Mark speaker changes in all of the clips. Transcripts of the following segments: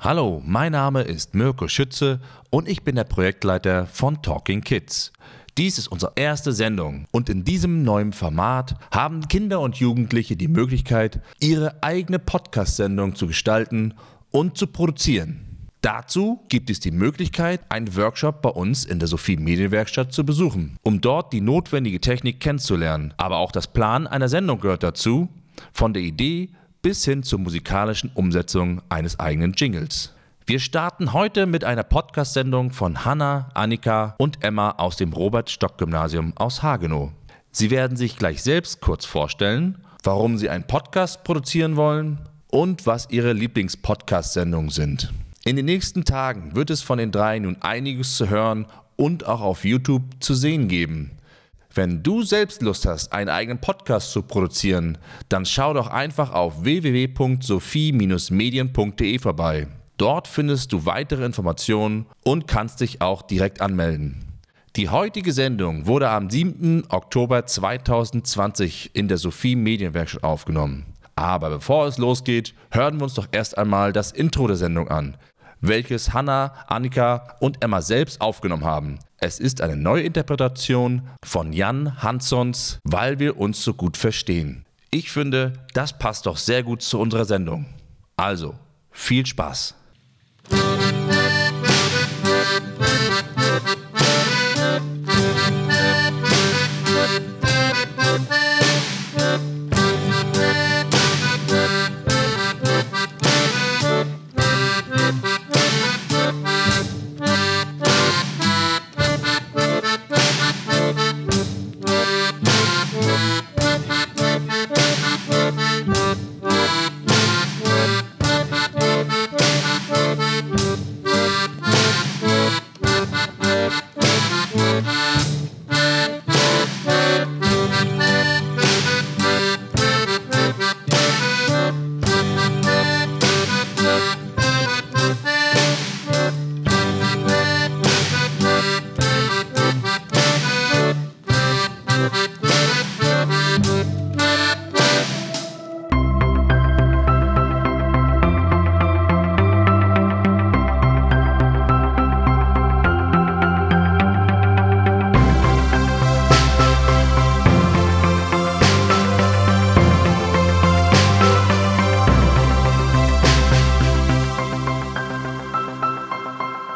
Speaker 1: Hallo, mein Name ist Mirko Schütze und ich bin der Projektleiter von Talking Kids. Dies ist unsere erste Sendung und in diesem neuen Format haben Kinder und Jugendliche die Möglichkeit, ihre eigene Podcast-Sendung zu gestalten und zu produzieren. Dazu gibt es die Möglichkeit, einen Workshop bei uns in der Sophie Medienwerkstatt zu besuchen, um dort die notwendige Technik kennenzulernen. Aber auch das Planen einer Sendung gehört dazu, von der Idee bis hin zur musikalischen Umsetzung eines eigenen Jingles. Wir starten heute mit einer Podcast-Sendung von Hanna, Annika und Emma aus dem Robert-Stock-Gymnasium aus Hagenow. Sie werden sich gleich selbst kurz vorstellen, warum sie einen Podcast produzieren wollen und was ihre Lieblings-Podcast-Sendungen sind. In den nächsten Tagen wird es von den drei nun einiges zu hören und auch auf YouTube zu sehen geben. Wenn du selbst Lust hast, einen eigenen Podcast zu produzieren, dann schau doch einfach auf www.sophie-medien.de vorbei. Dort findest du weitere Informationen und kannst dich auch direkt anmelden. Die heutige Sendung wurde am 7. Oktober 2020 in der Sophie Medienwerkstatt aufgenommen. Aber bevor es losgeht, hören wir uns doch erst einmal das Intro der Sendung an, welches Hanna, Annika und Emma selbst aufgenommen haben. Es ist eine Neuinterpretation von Jan Hansons Weil wir uns so gut verstehen. Ich finde, das passt doch sehr gut zu unserer Sendung. Also, viel Spaß!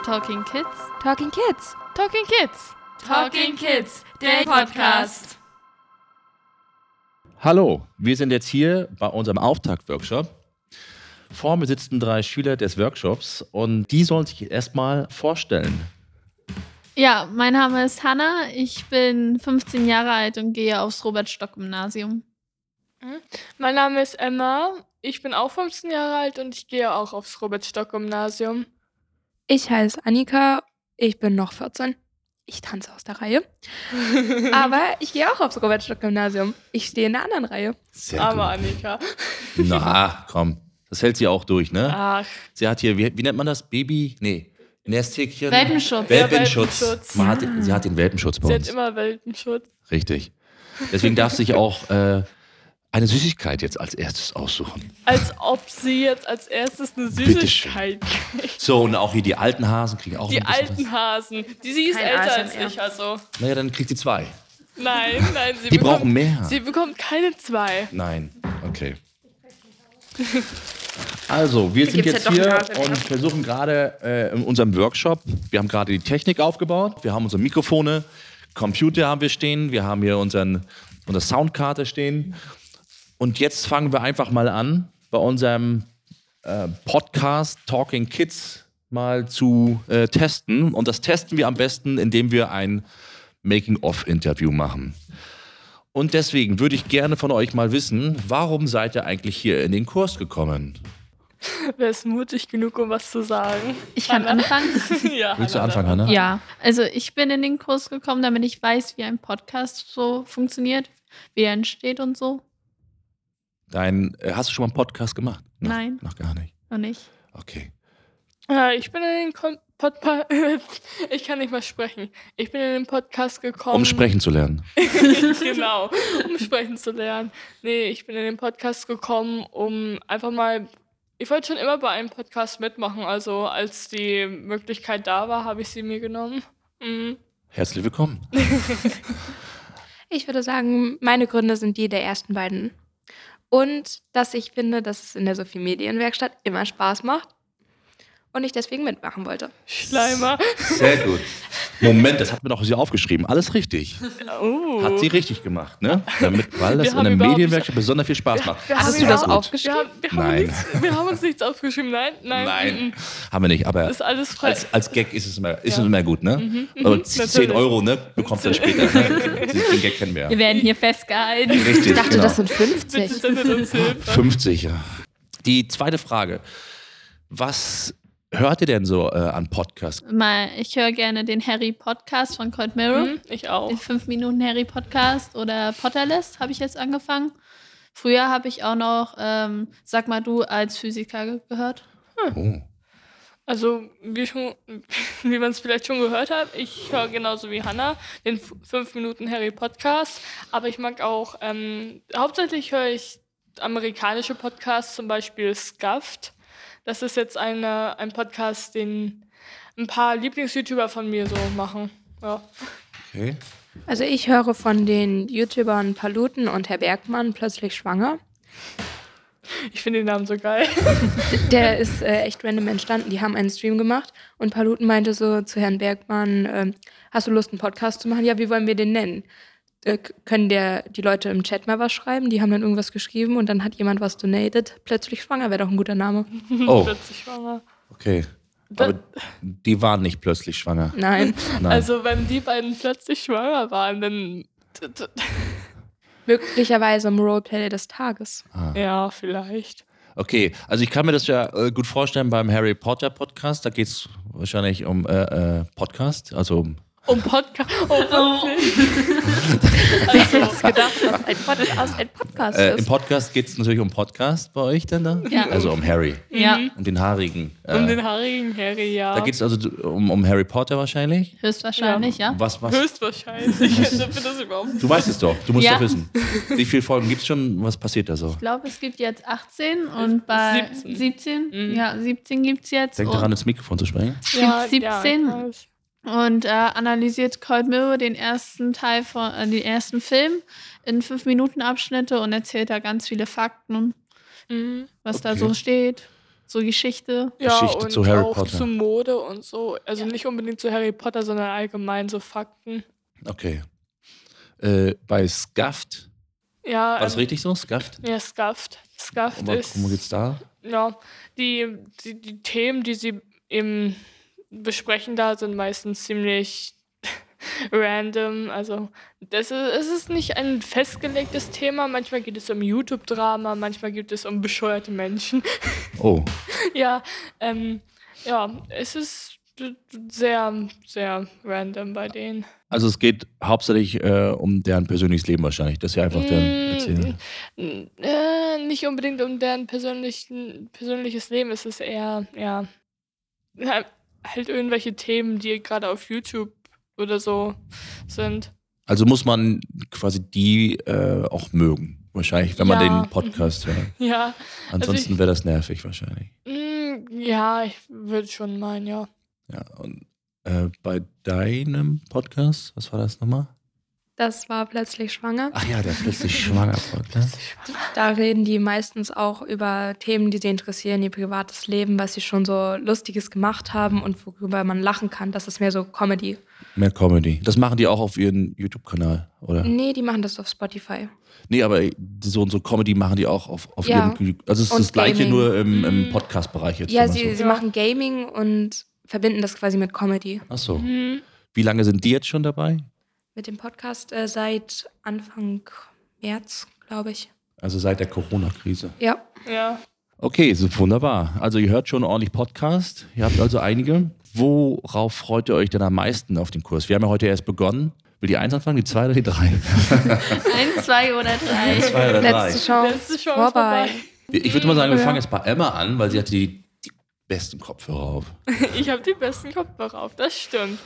Speaker 2: Talking Kids?
Speaker 3: Talking Kids.
Speaker 2: Talking Kids!
Speaker 4: Talking Kids, der Podcast.
Speaker 1: Hallo, wir sind jetzt hier bei unserem Auftakt-Workshop. Vor mir sitzen drei Schüler des Workshops und die sollen sich erstmal vorstellen.
Speaker 2: Ja, mein Name ist Hanna, ich bin 15 Jahre alt und gehe aufs Robert-Stock-Gymnasium.
Speaker 5: Mein Name ist Emma. Ich bin auch 15 Jahre alt und ich gehe auch aufs Robert-Stock-Gymnasium.
Speaker 3: Ich heiße Annika. Ich bin noch 14. Ich tanze aus der Reihe. Aber ich gehe auch aufs Robert-Stock-Gymnasium. Ich stehe in der anderen Reihe.
Speaker 1: Sehr
Speaker 5: Aber Annika.
Speaker 1: gut. Na, komm. Das hält sie auch durch, ne?
Speaker 5: Ach,
Speaker 1: Sie hat hier, wie, wie nennt man das? Baby? Nee. Nesthäkchen?
Speaker 2: Welpenschutz.
Speaker 5: Wel-
Speaker 1: Welpenschutz.
Speaker 5: Welpenschutz.
Speaker 1: Man hat, sie hat den Welpenschutz bei
Speaker 5: sie hat
Speaker 1: uns.
Speaker 5: immer Welpenschutz.
Speaker 1: Richtig. Deswegen darf sich auch äh, eine Süßigkeit jetzt als erstes aussuchen.
Speaker 5: Als ob sie jetzt als erstes eine
Speaker 1: Bitteschön.
Speaker 5: Süßigkeit kriegt.
Speaker 1: So, und auch hier die alten Hasen kriegen auch
Speaker 5: Die
Speaker 1: noch ein bisschen
Speaker 5: alten Hasen. Die, sie ist
Speaker 3: Kein
Speaker 5: älter als
Speaker 3: ASMR.
Speaker 5: ich, also.
Speaker 1: was. Naja, dann kriegt sie zwei.
Speaker 5: Nein, nein, sie
Speaker 1: Die
Speaker 5: bekommt,
Speaker 1: brauchen mehr.
Speaker 5: Sie bekommt keine zwei.
Speaker 1: Nein, okay. Also, wir sind jetzt hier und versuchen gerade äh, in unserem Workshop, wir haben gerade die Technik aufgebaut, wir haben unsere Mikrofone, Computer haben wir stehen, wir haben hier unseren, unsere Soundkarte stehen. Und jetzt fangen wir einfach mal an, bei unserem äh, Podcast Talking Kids mal zu äh, testen. Und das testen wir am besten, indem wir ein Making-of-Interview machen. Und deswegen würde ich gerne von euch mal wissen, warum seid ihr eigentlich hier in den Kurs gekommen?
Speaker 5: Wer ist mutig genug, um was zu sagen?
Speaker 2: Ich kann
Speaker 5: Hanna?
Speaker 2: anfangen.
Speaker 5: ja,
Speaker 1: Willst du
Speaker 5: Hanna,
Speaker 1: anfangen, Hanna?
Speaker 2: Ja, also ich bin in den Kurs gekommen, damit ich weiß, wie ein Podcast so funktioniert, wie er entsteht und so.
Speaker 1: Dein, äh, hast du schon mal einen Podcast gemacht? Noch-
Speaker 2: Nein.
Speaker 1: Noch gar nicht.
Speaker 2: Und ich.
Speaker 1: Okay.
Speaker 5: Ja, Äh, ich bin in den Kon Podpa ich kann nicht mal sprechen. Ich bin in den Podcast gekommen.
Speaker 1: Um sprechen zu lernen.
Speaker 5: genau, um sprechen zu lernen. Nee, ich bin in den Podcast gekommen, um einfach mal Ich wollte schon immer bei einem Podcast mitmachen, also als die Möglichkeit da war, habe ich sie mir genommen. Mhm.
Speaker 1: Herzlich willkommen.
Speaker 3: Ich würde sagen, meine Gründe sind die der ersten beiden. Und dass ich finde, dass es in der Sophie Medienwerkstatt immer Spaß macht und ich deswegen mitmachen wollte.
Speaker 5: Schleimer.
Speaker 1: Sehr gut. Moment, das hat mir doch sie aufgeschrieben. Alles richtig.
Speaker 5: Oh.
Speaker 1: Hat sie richtig gemacht, ne? Damit, weil das
Speaker 5: Wir
Speaker 1: in
Speaker 5: haben
Speaker 1: der
Speaker 5: überhaupt
Speaker 1: Medienwerkstatt besonders viel Spaß macht.
Speaker 5: wir
Speaker 3: Hast
Speaker 5: haben
Speaker 3: du das
Speaker 1: Sehr gut.
Speaker 5: Wir
Speaker 3: aufgeschrieben?
Speaker 5: haben, wir, haben
Speaker 1: Nein.
Speaker 5: Nichts, wir haben uns nichts aufgeschrieben. Nein, nein.
Speaker 1: Nein,
Speaker 5: mhm.
Speaker 1: haben wir nicht, aber
Speaker 5: Ist alles frei.
Speaker 1: als, als Gag ist es immer, ist
Speaker 5: Ja. Mhm.
Speaker 1: es immer gut, ne? Aber 10
Speaker 5: natürlich.
Speaker 1: Euro, ne? Bekommt ihr später. Ne? Den Gag kennen wir
Speaker 2: Wir
Speaker 1: ja.
Speaker 2: werden hier festgehalten.
Speaker 1: Richtig,
Speaker 3: Ich dachte,
Speaker 1: genau.
Speaker 3: das sind
Speaker 5: Bitte
Speaker 3: 50.
Speaker 5: sendet uns Hilfe.
Speaker 1: 50, ja. Die zweite Frage. Was hört ihr denn so äh, an Podcasts?
Speaker 2: Mal, ich höre gerne den Harry Podcast von Cold Mirror.
Speaker 1: Hm?
Speaker 5: Mhm, Ich auch.
Speaker 2: Den 5 Minuten Harry Podcast oder Potterlist habe ich jetzt angefangen. Früher habe ich auch noch, ähm, sag mal du, als Physiker ge- gehört.
Speaker 1: Oh.
Speaker 5: Also, wie, schon- wie man es vielleicht schon gehört hat, ich höre genauso wie Hannah den F- 5 Minuten Harry Podcast. Aber ich mag auch, ähm, hauptsächlich höre ich amerikanische Podcasts, zum Beispiel Scuffed. Das ist jetzt eine, ein Podcast, den ein paar Lieblings-YouTuber von mir so machen. Ja.
Speaker 1: Okay.
Speaker 3: Also ich höre von den YouTubern Paluten und Herr Bergmann plötzlich schwanger.
Speaker 5: Ich finde den Namen so geil.
Speaker 3: Der ist äh, echt random entstanden. Die haben einen Stream gemacht und Paluten meinte so zu Herrn Bergmann, ähm, hast du Lust, einen Podcast zu machen? Ja, wie wollen wir den nennen? Äh, k- können der, die Leute im Chat mal was schreiben? Die haben dann irgendwas geschrieben und dann hat jemand was donated. Plötzlich schwanger wäre doch ein guter Name.
Speaker 1: Oh,
Speaker 5: Plötzlich schwanger.
Speaker 1: okay. Aber die waren nicht plötzlich schwanger.
Speaker 3: Nein,
Speaker 1: Nein.
Speaker 5: Also, wenn die beiden plötzlich schwanger waren, dann.
Speaker 3: möglicherweise im Roleplay des Tages.
Speaker 1: ah.
Speaker 5: Ja, vielleicht.
Speaker 1: Okay, also ich kann mir das ja äh, gut vorstellen beim Harry Potter Podcast. Da geht es wahrscheinlich um äh, äh, Podcast, also um
Speaker 5: Um Podcast. Oh, wirklich?
Speaker 3: Ich hätte gedacht, dass ein Podcast, ein Podcast
Speaker 1: Äh, Im
Speaker 3: ist.
Speaker 1: Podcast geht es natürlich um Podcast bei euch denn da?
Speaker 2: Ja.
Speaker 1: Also um Harry.
Speaker 2: Ja,
Speaker 1: Um den Haarigen. Äh,
Speaker 5: Um den haarigen Harry, ja.
Speaker 1: da geht es also um, um Harry Potter wahrscheinlich.
Speaker 2: höchstwahrscheinlich, ja.
Speaker 1: Was, was?
Speaker 5: Höchstwahrscheinlich. Ich hoffe, das überhaupt
Speaker 1: Du weißt es doch, du musst
Speaker 2: Ja.
Speaker 1: doch wissen. Wie viele Folgen gibt es schon? Was passiert da so?
Speaker 2: Ich glaube, es gibt jetzt 18 und bei
Speaker 5: 17.
Speaker 2: 17,
Speaker 5: Mhm.
Speaker 2: ja, 17 gibt es jetzt.
Speaker 1: Denk
Speaker 2: und
Speaker 1: daran, ins Mikrofon zu sprechen.
Speaker 5: Ja,
Speaker 2: Gibt 17.
Speaker 5: Ja, ich weiß.
Speaker 2: und äh, analysiert Cold Mirror den ersten Teil von, äh, den ersten Film in 5-Minuten-Abschnitte und erzählt da ganz viele Fakten,
Speaker 5: Mhm.
Speaker 2: was da
Speaker 1: Okay.
Speaker 2: so steht, so Geschichte.
Speaker 5: ja
Speaker 1: Geschichte
Speaker 5: und
Speaker 1: zu Harry
Speaker 5: auch
Speaker 1: Potter.
Speaker 5: zu Mode und so. Also nicht unbedingt zu Harry Potter, sondern allgemein so Fakten.
Speaker 1: Okay. Äh, bei Scuffed,
Speaker 5: Ja,
Speaker 1: war das
Speaker 5: ähm,
Speaker 1: richtig so? Scuffed?
Speaker 5: ja Scuffed. Scuffed
Speaker 1: Um was
Speaker 5: ist.
Speaker 1: worum geht's da?
Speaker 5: Ja, die, die, die Themen, die sie eben besprechen, da sind meistens ziemlich random. Also, das ist, es ist nicht ein festgelegtes Thema. Manchmal geht es um YouTube-Drama, manchmal geht es um bescheuerte Menschen.
Speaker 1: Oh,
Speaker 5: ja, ähm, ja, es ist sehr, sehr random bei denen.
Speaker 1: also es geht hauptsächlich äh, um deren persönliches Leben wahrscheinlich. Das ist ja einfach deren Erzählen.
Speaker 5: Mm, äh, nicht unbedingt um deren persönlichen, persönliches Leben. Es ist eher, ja, ja, halt irgendwelche Themen, die gerade auf YouTube oder so sind.
Speaker 1: Also muss man quasi die äh, auch mögen, wahrscheinlich, wenn
Speaker 5: Ja.
Speaker 1: man den Podcast hört.
Speaker 5: Ja,
Speaker 1: Ansonsten
Speaker 5: ich-
Speaker 1: wäre das nervig wahrscheinlich.
Speaker 5: mm, ja, ich würde schon meinen, ja.
Speaker 1: Ja, und äh, bei deinem Podcast, was war das nochmal?
Speaker 3: Das war plötzlich schwanger.
Speaker 1: Ach ja, der plötzlich schwanger ne? Podcast.
Speaker 3: Da reden die meistens auch über Themen, die sie interessieren, ihr privates Leben, was sie schon so Lustiges gemacht haben und worüber man lachen kann. Das ist mehr so Comedy.
Speaker 1: Mehr Comedy. Das machen die auch auf ihren YouTube-Kanal, oder?
Speaker 3: Nee, die machen das auf Spotify.
Speaker 1: Nee, aber so und so Comedy machen die auch auf, auf
Speaker 3: Ja.
Speaker 1: ihrem YouTube. Also es ist
Speaker 3: Und
Speaker 1: das gleiche
Speaker 3: Gaming. Mhm.
Speaker 1: nur im, im
Speaker 5: Mm.
Speaker 1: Podcast-Bereich jetzt.
Speaker 3: Ja,
Speaker 1: wenn man
Speaker 3: sie,
Speaker 1: so.
Speaker 3: sie machen Gaming und verbinden das quasi mit Comedy.
Speaker 1: Ach so.
Speaker 5: Mhm.
Speaker 1: Wie lange sind die jetzt schon dabei?
Speaker 3: Mit dem Podcast äh, seit Anfang März, glaube ich.
Speaker 1: Also seit der Corona-Krise.
Speaker 3: Ja.
Speaker 5: Ja.
Speaker 1: Okay, so wunderbar. Also ihr hört schon ordentlich Podcast. Ihr habt also einige. Worauf freut ihr euch denn am meisten auf den Kurs? Wir haben ja heute erst begonnen. Will die eins anfangen, die zwei oder die drei?
Speaker 2: Eins, zwei oder drei.
Speaker 1: Zwei oder
Speaker 3: Letzte Chance.
Speaker 5: Letzte Chance
Speaker 3: vorbei.
Speaker 1: Ich würde mal sagen, wir
Speaker 3: Ja.
Speaker 1: fangen jetzt bei Emma an, weil sie hat die, die besten Kopfhörer auf.
Speaker 5: Ich habe die besten Kopfhörer auf, das stimmt.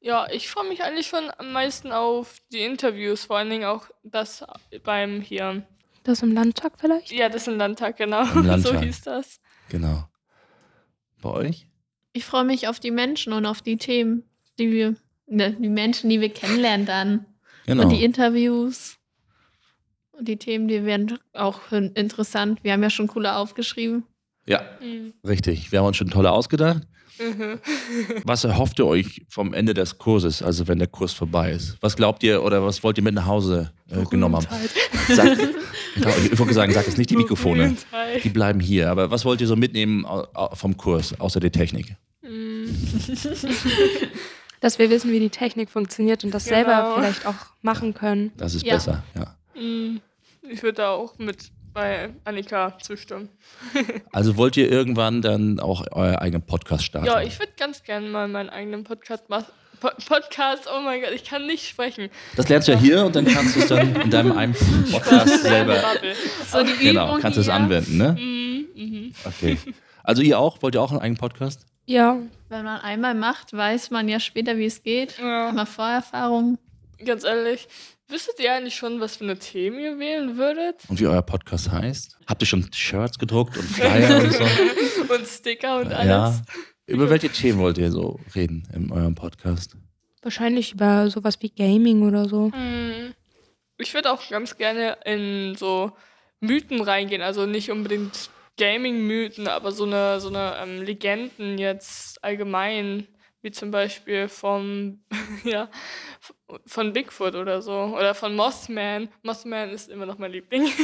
Speaker 5: Ja, ich freue mich eigentlich schon am meisten auf die Interviews, vor allen Dingen auch das beim hier.
Speaker 3: Das im Landtag vielleicht?
Speaker 5: Ja, das ist ein Landtag, genau.
Speaker 1: Im Landtag.
Speaker 5: So hieß das.
Speaker 1: Genau. Bei euch?
Speaker 2: Ich freue mich auf die Menschen und auf die Themen, die wir, ne, die Menschen, die wir kennenlernen dann.
Speaker 1: Genau.
Speaker 2: Und die Interviews. Und die Themen, die werden auch hin- interessant. Wir haben ja schon coole aufgeschrieben.
Speaker 1: ja,
Speaker 5: Mhm.
Speaker 1: richtig. Wir haben uns schon tolle ausgedacht.
Speaker 5: Mhm.
Speaker 1: Was erhofft ihr euch vom Ende des Kurses, also wenn der Kurs vorbei ist? Was glaubt ihr oder was wollt ihr mit nach Hause äh, genommen haben?
Speaker 5: Berühmtheit.
Speaker 1: Sag, genau, ich wollte sagen, sag jetzt nicht die Mikrofone.
Speaker 5: Berühmtheit.
Speaker 1: Die bleiben hier. Aber was wollt ihr so mitnehmen au- au- vom Kurs, außer der Technik?
Speaker 5: Mhm.
Speaker 3: Dass wir wissen, wie die Technik funktioniert und das selber
Speaker 5: Genau.
Speaker 3: vielleicht auch machen können.
Speaker 1: Das ist
Speaker 2: Ja.
Speaker 1: besser. Ja.
Speaker 5: Mhm. Ich würde da auch mit bei Annika zustimmen.
Speaker 1: Also wollt ihr irgendwann dann auch euer eigenen Podcast starten?
Speaker 5: Ja, ich würde ganz gerne mal meinen eigenen Podcast machen. Po Podcast, oh mein Gott, ich kann nicht sprechen.
Speaker 1: das lernst du ja hier und dann kannst du es dann in deinem einen Podcast selber.
Speaker 5: Bubble.
Speaker 2: So die
Speaker 1: Genau,
Speaker 2: Übung
Speaker 1: kannst du es
Speaker 2: hier.
Speaker 1: anwenden, ne?
Speaker 5: Mhm. Mhm.
Speaker 1: Okay. Also ihr auch? Wollt ihr auch einen eigenen Podcast?
Speaker 3: Ja,
Speaker 2: Wenn man einmal macht, weiß man ja später, wie es geht.
Speaker 5: Ja.
Speaker 2: Hat man Vorerfahrung.
Speaker 5: Ganz ehrlich, wisstet ihr eigentlich schon, was für eine Themen ihr wählen würdet?
Speaker 1: Und wie euer Podcast heißt? Habt ihr schon Shirts gedruckt und Flyer und so?
Speaker 5: Und Sticker und alles?
Speaker 1: Ja. Über welche Themen wollt ihr so reden in eurem Podcast?
Speaker 3: wahrscheinlich über sowas wie Gaming oder so.
Speaker 5: Mm, Ich würde auch ganz gerne in so Mythen reingehen, also nicht unbedingt Gaming-Mythen, aber so eine, so eine ähm, Legenden jetzt allgemein, wie zum Beispiel vom, ja, von Bigfoot oder so, oder von Mothman. Mothman ist immer noch mein Liebling.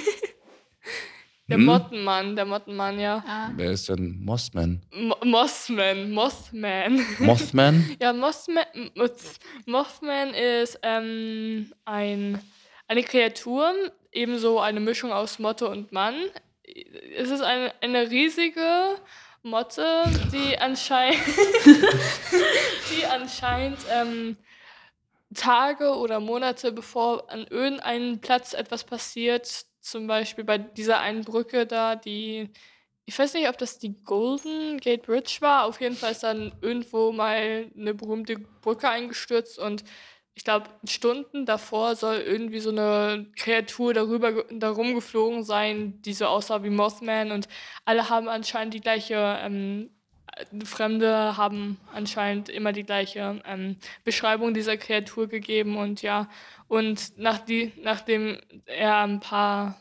Speaker 5: Der
Speaker 1: Hm?
Speaker 5: Mottenmann, der Mottenmann, ja.
Speaker 2: Ah,
Speaker 1: Wer ist denn Mossman?
Speaker 5: Mo Mothman, Mothman.
Speaker 1: Mothman?
Speaker 5: Ja, Mothman, Moth- Mothman ist ähm, ein, eine Kreatur, ebenso eine Mischung aus Motte und Mann. Es ist eine, eine riesige Motte, die anscheinend, die anscheinend ähm, Tage oder Monate bevor an irgendeinem Platz etwas passiert, zum Beispiel bei dieser einen Brücke da, die ich weiß nicht, ob das die Golden Gate Bridge war. Auf jeden Fall ist dann irgendwo mal eine berühmte Brücke eingestürzt und ich glaube, Stunden davor soll irgendwie so eine Kreatur darüber ge- darum geflogen sein, die so aussah wie Mothman und alle haben anscheinend die gleiche, ähm, äh, Fremde haben anscheinend immer die gleiche ähm, Beschreibung dieser Kreatur gegeben und ja, und nach die, nachdem er ein paar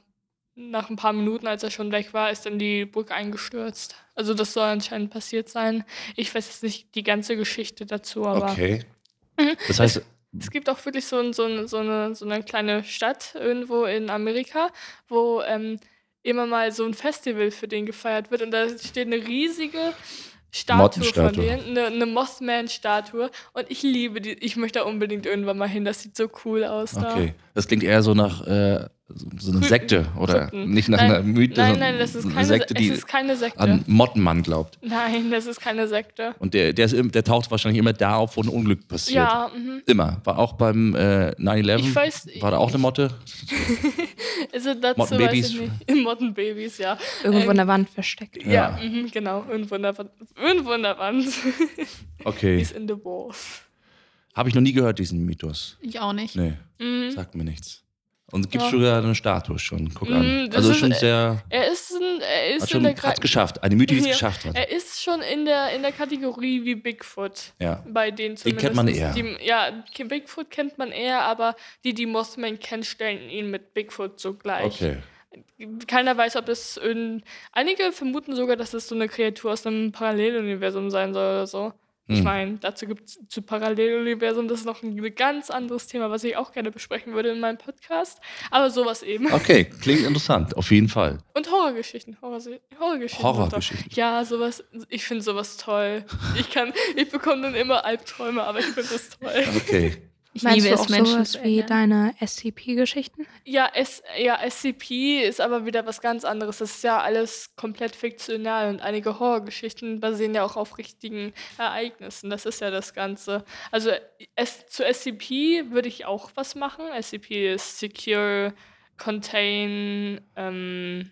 Speaker 5: nach ein paar Minuten, als er schon weg war, ist dann die Brücke eingestürzt. Also das soll anscheinend passiert sein. Ich weiß jetzt nicht die ganze Geschichte dazu, aber
Speaker 1: Okay. Das heißt,
Speaker 5: es gibt auch wirklich so, ein, so, ein, so, eine, so eine kleine Stadt irgendwo in Amerika, wo ähm, immer mal so ein Festival für den gefeiert wird. Und da steht eine riesige Statue von
Speaker 1: Mottenstatue.
Speaker 5: denen, eine, eine Mothman-Statue. Und ich liebe die. Ich möchte da unbedingt irgendwann mal hin. Das sieht so cool aus.
Speaker 1: Okay. Das klingt eher so nach äh, so so eine
Speaker 5: Krypten.
Speaker 1: Sekte oder
Speaker 5: Krypten.
Speaker 1: Äh, nicht nach
Speaker 5: Nein,
Speaker 1: einer Mythe,
Speaker 5: Da. Nein,
Speaker 1: sondern
Speaker 5: nein, das ist
Speaker 1: eine
Speaker 5: keine,
Speaker 1: Sekte,
Speaker 5: Sekte,
Speaker 1: die
Speaker 5: es ist keine Sekte.
Speaker 1: an Mottenmann glaubt.
Speaker 5: Nein, das ist keine Sekte.
Speaker 1: Und der, der, ist, im- der taucht wahrscheinlich immer da auf, wo ein Unglück passiert.
Speaker 5: Ja, mhm.
Speaker 1: Immer. War auch beim äh, 9-11.
Speaker 5: Ich weiß-
Speaker 1: war da auch eine Motte?
Speaker 5: also dazu
Speaker 1: Mottenbabys.
Speaker 5: weiß ich nicht. Mottenbabys, ja.
Speaker 3: Irgendwo
Speaker 5: Ähm,
Speaker 3: an der Wand versteckt.
Speaker 5: Ja,
Speaker 1: Ja.
Speaker 5: mhm, genau. Irgendwo in der Wand. Irgendwo in der Wand.
Speaker 1: Okay.
Speaker 5: He's in the walls.
Speaker 1: Habe ich noch nie gehört, diesen Mythos.
Speaker 2: ich auch nicht.
Speaker 1: Nee,
Speaker 5: Mhm.
Speaker 1: sagt mir nichts. Und gibt
Speaker 5: Ja.
Speaker 1: sogar eine Statue schon. Guck an.
Speaker 5: Mm, Oh. das
Speaker 1: Also
Speaker 5: ist,
Speaker 1: schon
Speaker 5: äh,
Speaker 1: sehr.
Speaker 5: Er ist ein, er
Speaker 1: Hat
Speaker 5: ist in
Speaker 1: schon
Speaker 5: der
Speaker 1: hat's geschafft. Eine Mythe, die es
Speaker 5: Ja. Äh,
Speaker 1: geschafft hat.
Speaker 5: Er ist schon in der in der Kategorie wie Bigfoot.
Speaker 1: Ja.
Speaker 5: Bei denen
Speaker 1: Den
Speaker 5: zumindest.
Speaker 1: kennt man eher.
Speaker 5: Die, ja, Ki- Bigfoot kennt man eher, aber die, die Mothman kennt, stellen ihn mit Bigfoot zugleich.
Speaker 1: Okay.
Speaker 5: Keiner weiß, ob das in. Einige vermuten sogar, dass es so eine Kreatur aus einem Paralleluniversum sein soll oder so. Ich
Speaker 1: Hm.
Speaker 5: meine, dazu gibt es zu Paralleluniversum, das ist noch ein ganz anderes Thema, was ich auch gerne besprechen würde in meinem Podcast. Aber sowas eben.
Speaker 1: Okay, klingt interessant, auf jeden Fall.
Speaker 5: Und Horrorgeschichten. Horror Horrorgeschichten.
Speaker 1: Horrorgeschichten.
Speaker 5: Ja, sowas. Ich finde sowas toll. Ich kann, ich bekomme dann immer Albträume, aber ich finde das toll.
Speaker 1: Okay.
Speaker 2: Ich
Speaker 3: Meinst
Speaker 2: liebe
Speaker 3: du auch
Speaker 2: es, Menschen
Speaker 3: sowas
Speaker 2: zu
Speaker 3: wie
Speaker 2: ändern.
Speaker 3: deine SCP-Geschichten?
Speaker 5: Ja, S ja, SCP ist aber wieder was ganz anderes. Das ist ja alles komplett fiktional und einige Horrorgeschichten basieren ja auch auf richtigen Ereignissen. Das ist ja das Ganze. Also S zu SCP würde ich auch was machen. SCP ist Secure, Contain, ähm,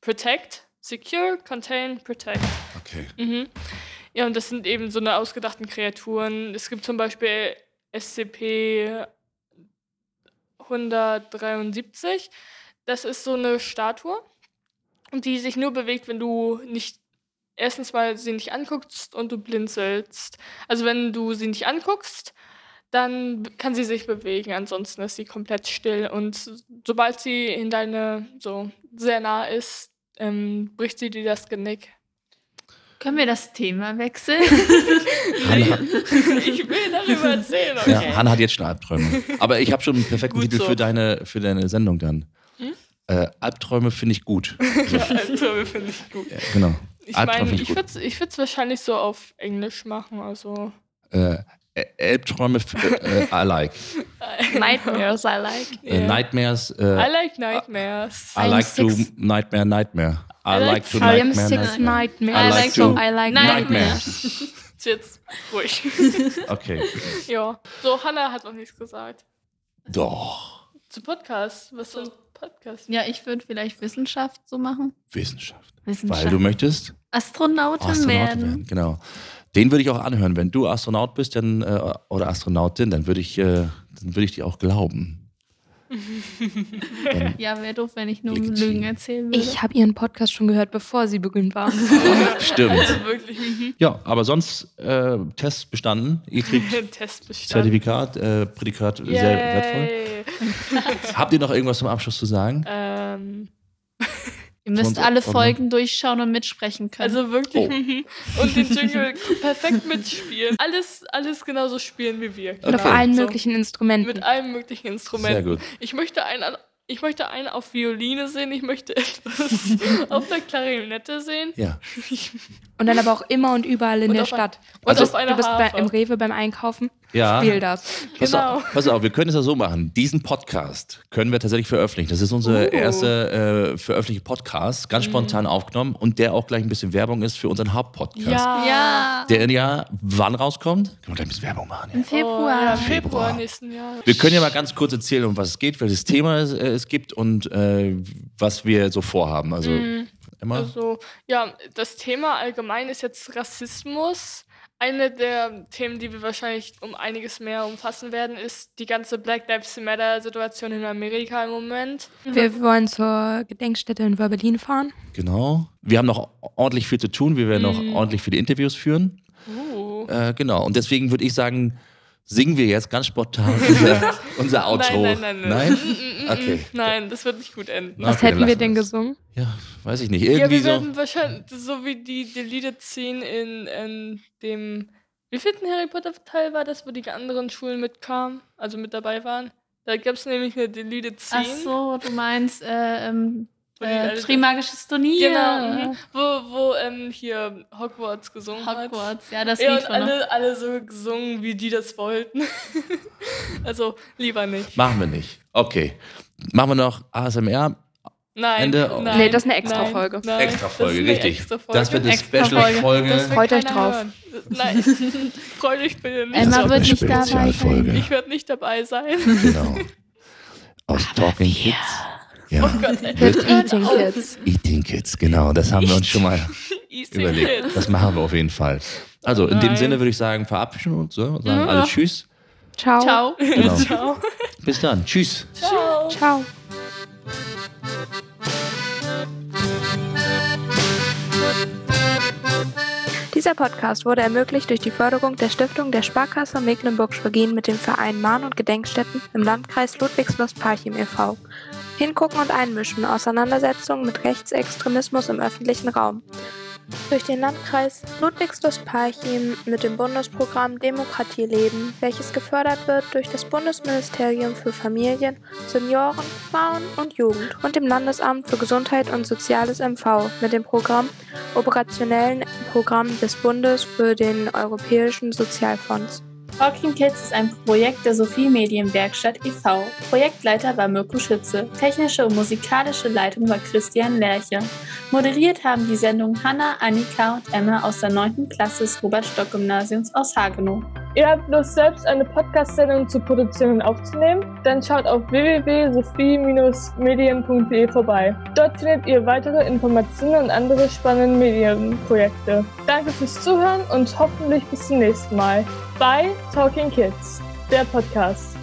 Speaker 5: Protect. Secure, Contain, Protect.
Speaker 1: Okay.
Speaker 5: Mhm. Ja, und das sind eben so eine ausgedachten Kreaturen. Es gibt zum Beispiel SCP 173. Das ist so eine Statue, die sich nur bewegt, wenn du nicht erstens mal sie nicht anguckst und du blinzelst. Also wenn du sie nicht anguckst, dann kann sie sich bewegen, ansonsten ist sie komplett still. Und sobald sie in deine, so sehr nah ist, ähm, bricht sie dir das Genick.
Speaker 2: Können wir das Thema wechseln?
Speaker 1: Hanna,
Speaker 5: ich will darüber erzählen, okay.
Speaker 1: ja, Hanna hat jetzt schon Albträume. Aber ich habe schon einen perfekten
Speaker 5: Gut
Speaker 1: Titel
Speaker 5: so. Hm?
Speaker 1: für, deine, für deine Sendung dann. Äh, Albträume finde ich gut.
Speaker 5: Ja, Albträume finde ich gut.
Speaker 1: Ja, genau.
Speaker 5: Ich
Speaker 1: Albträume
Speaker 5: meine,
Speaker 1: finde ich
Speaker 5: ich
Speaker 1: gut.
Speaker 5: würde es ich würd's wahrscheinlich so auf Englisch machen, also.
Speaker 1: Äh, Ä- Albträume f- äh, I like.
Speaker 4: Nightmares I like.
Speaker 1: Äh,
Speaker 5: Yeah.
Speaker 1: Nightmares. Äh, ah,
Speaker 5: I like nightmares.
Speaker 1: I
Speaker 4: I'm
Speaker 1: like to
Speaker 4: six.
Speaker 1: nightmare nightmare. I,
Speaker 5: I like
Speaker 1: like to
Speaker 5: I
Speaker 3: I am
Speaker 1: nightmare
Speaker 3: six
Speaker 1: nightmare.
Speaker 3: nightmares.
Speaker 1: I like to
Speaker 4: I like
Speaker 1: nightmare. ah.
Speaker 5: Ist Jetzt ruhig.
Speaker 1: Okay.
Speaker 5: ja. So, Hannah hat noch nichts gesagt.
Speaker 1: Doch.
Speaker 5: Zu Podcast. Was für ein Podcast?
Speaker 2: ja, ich würde vielleicht Wissenschaft so machen.
Speaker 1: Wissenschaft.
Speaker 2: Wissenschaft.
Speaker 1: Weil du möchtest
Speaker 2: Astronautin,
Speaker 1: Astronaut
Speaker 2: werden.
Speaker 1: werden. Genau. Den würde ich auch anhören. Wenn du Astronaut bist dann, äh, oder Astronautin, dann würde ich, äh, dann würde ich dir auch glauben. dann,
Speaker 2: Ja, wäre doof, wenn ich nur
Speaker 1: Legitim.
Speaker 2: Lügen erzählen würde.
Speaker 3: Ich habe ihren Podcast schon gehört, bevor sie berühmt war.
Speaker 1: stimmt.
Speaker 5: Wirklich. mhm.
Speaker 1: Ja, aber sonst äh, Test bestanden. Ihr kriegt
Speaker 5: Test bestanden.
Speaker 1: Zertifikat, äh, Prädikat, sehr wertvoll.
Speaker 5: wertvoll.
Speaker 1: Habt ihr noch irgendwas zum Abschluss zu sagen?
Speaker 5: Ähm,
Speaker 2: Ihr müsst
Speaker 1: Sonst-
Speaker 2: alle
Speaker 1: Sonst-
Speaker 2: Folgen durchschauen und mitsprechen können.
Speaker 5: also wirklich.
Speaker 1: Oh.
Speaker 5: mhm. Und den Jingle perfekt mitspielen. Alles, alles genauso spielen wie wir.
Speaker 3: Und auf
Speaker 1: Okay.
Speaker 3: allen
Speaker 5: So.
Speaker 3: möglichen Instrumenten.
Speaker 5: Mit allen möglichen
Speaker 1: Sehr
Speaker 5: Instrumenten.
Speaker 1: gut.
Speaker 5: Ich möchte einen, an- ich möchte einen auf Violine sehen, ich möchte etwas auf der Klarinette sehen.
Speaker 1: Ja.
Speaker 3: Und dann aber auch immer und überall in
Speaker 5: Und
Speaker 3: der
Speaker 5: auf ein-
Speaker 3: Stadt.
Speaker 5: und
Speaker 3: du bist,
Speaker 5: auf einer
Speaker 3: Also du bist bei,
Speaker 5: Harfe.
Speaker 3: im Rewe beim Einkaufen,
Speaker 1: ja.
Speaker 3: spiel das.
Speaker 1: Pass
Speaker 5: Genau.
Speaker 1: auf, pass auf, wir können es ja so machen. Diesen Podcast können wir tatsächlich veröffentlichen. Das ist unser
Speaker 5: Uh. Mhm.
Speaker 1: erster äh, veröffentlichter Podcast, ganz spontan aufgenommen und der auch gleich ein bisschen Werbung ist für unseren Hauptpodcast.
Speaker 2: ja,
Speaker 1: Der ja wann rauskommt? Können wir gleich ein bisschen Werbung machen. Ja.
Speaker 2: im Februar.
Speaker 5: Oh, ja, Februar nächsten Jahres.
Speaker 1: Wir können ja mal ganz kurz erzählen, um was es geht, welches Thema es, äh, es gibt und äh, was wir so vorhaben. Also, Emma?
Speaker 5: Also, ja, das Thema allgemein ist jetzt Rassismus. Eine der Themen, die wir wahrscheinlich um einiges mehr umfassen werden, ist die ganze Black Lives Matter-Situation in Amerika im Moment.
Speaker 3: Wir wollen zur Gedenkstätte in Berlin fahren.
Speaker 1: genau. Wir haben noch ordentlich viel zu tun. Wir werden
Speaker 5: Mhm.
Speaker 1: noch ordentlich viele Interviews führen.
Speaker 5: Uh.
Speaker 1: Äh, genau. Und deswegen würde ich sagen, singen wir jetzt ganz spontan unser, unser Outro.
Speaker 5: Nein, nein, nein, nein. Mm, mm, mm,
Speaker 1: Okay.
Speaker 5: Nein, das wird nicht gut enden.
Speaker 1: Na,
Speaker 3: Was
Speaker 1: okay, dann
Speaker 3: hätten wir
Speaker 1: lassen
Speaker 3: denn
Speaker 1: wir's.
Speaker 3: gesungen?
Speaker 1: Ja, weiß ich nicht.
Speaker 5: Ja,
Speaker 1: Irgendwie
Speaker 5: wir
Speaker 1: so.
Speaker 5: werden wahrscheinlich, so wie die Deleted Scene in, in dem, wie vierten Harry Potter Teil war das, wo die anderen Schulen mitkamen, also mit dabei waren. Da gab es nämlich eine Deleted Scene.
Speaker 2: Ach so, du meinst äh, ähm,
Speaker 5: Wo die alle-
Speaker 2: äh, Trimagisches Turnier.
Speaker 5: Genau, mhm. wo, wo ähm, hier Hogwarts gesungen hat.
Speaker 2: Hogwarts, Oh ja, das
Speaker 5: Ja,
Speaker 2: Lied
Speaker 5: und
Speaker 2: von
Speaker 5: alle, alle so gesungen, wie die das wollten. also lieber nicht.
Speaker 1: Machen wir nicht. Okay. Machen wir noch ASMR.
Speaker 5: Nein.
Speaker 1: Ende-
Speaker 5: nein
Speaker 3: Nee, das ist eine
Speaker 5: nein,
Speaker 3: Extra-Folge.
Speaker 5: nein,
Speaker 1: Extra Folge,
Speaker 5: Äh, das ist eine
Speaker 1: richtig.
Speaker 5: Extra Folge.
Speaker 1: Das wird eine
Speaker 2: Extra Folge.
Speaker 1: Special-Folge.
Speaker 3: Freut euch
Speaker 5: keiner
Speaker 3: drauf.
Speaker 5: hören. Das- Nein, freut euch bitte nicht.
Speaker 2: Emma
Speaker 5: drauf.
Speaker 2: wird nicht dabei sein.
Speaker 5: Ich werde nicht dabei sein.
Speaker 1: Genau. Aus Talking Kids. Ja,
Speaker 5: Oh Gott, ey.
Speaker 3: Mit
Speaker 1: Mit
Speaker 3: Eating Kids.
Speaker 1: Eating Kids, genau. Das haben wir uns schon mal
Speaker 5: Easy
Speaker 1: überlegt.
Speaker 5: Kids.
Speaker 1: Das machen wir auf jeden Fall. Also, in dem
Speaker 5: Nein. Mhm.
Speaker 1: Sinne würde ich sagen, verabschieden wir uns. so, Sagen alle Tschüss.
Speaker 3: Ciao.
Speaker 2: Ciao.
Speaker 1: Genau.
Speaker 5: Ciao.
Speaker 1: Bis dann. Tschüss.
Speaker 5: Ciao.
Speaker 3: Ciao. Dieser Podcast wurde ermöglicht durch die Förderung der Stiftung der Sparkasse Mecklenburg-Schwerin mit dem Verein Mahn- und Gedenkstätten im Landkreis Ludwigslust-Parchim e.V. Hingucken und einmischen, Auseinandersetzungen mit Rechtsextremismus im öffentlichen Raum. Durch den Landkreis Ludwigslust-Parchim mit dem Bundesprogramm Demokratie leben, welches gefördert wird durch das Bundesministerium für Familien, Senioren, Frauen und Jugend und dem Landesamt für Gesundheit und Soziales MV mit dem Programm operationellen Programm des Bundes für den Europäischen Sozialfonds.
Speaker 6: Talking Kids ist ein Projekt der Sophie Medienwerkstatt e.V. Projektleiter war Mirko Schütze. Technische und musikalische Leitung war Christian Lerche. Moderiert haben die Sendung Hanna, Annika und Emma aus der 9. Klasse des Robert-Stock-Gymnasiums aus Hagenow.
Speaker 7: Ihr habt Lust, selbst eine Podcast-Sendung zu produzieren und aufzunehmen? Dann schaut auf www.sophie-medien.de vorbei. Dort findet ihr weitere Informationen und andere spannende Medienprojekte. Danke fürs Zuhören und hoffentlich bis zum nächsten Mal bei Talking Kids, der Podcast.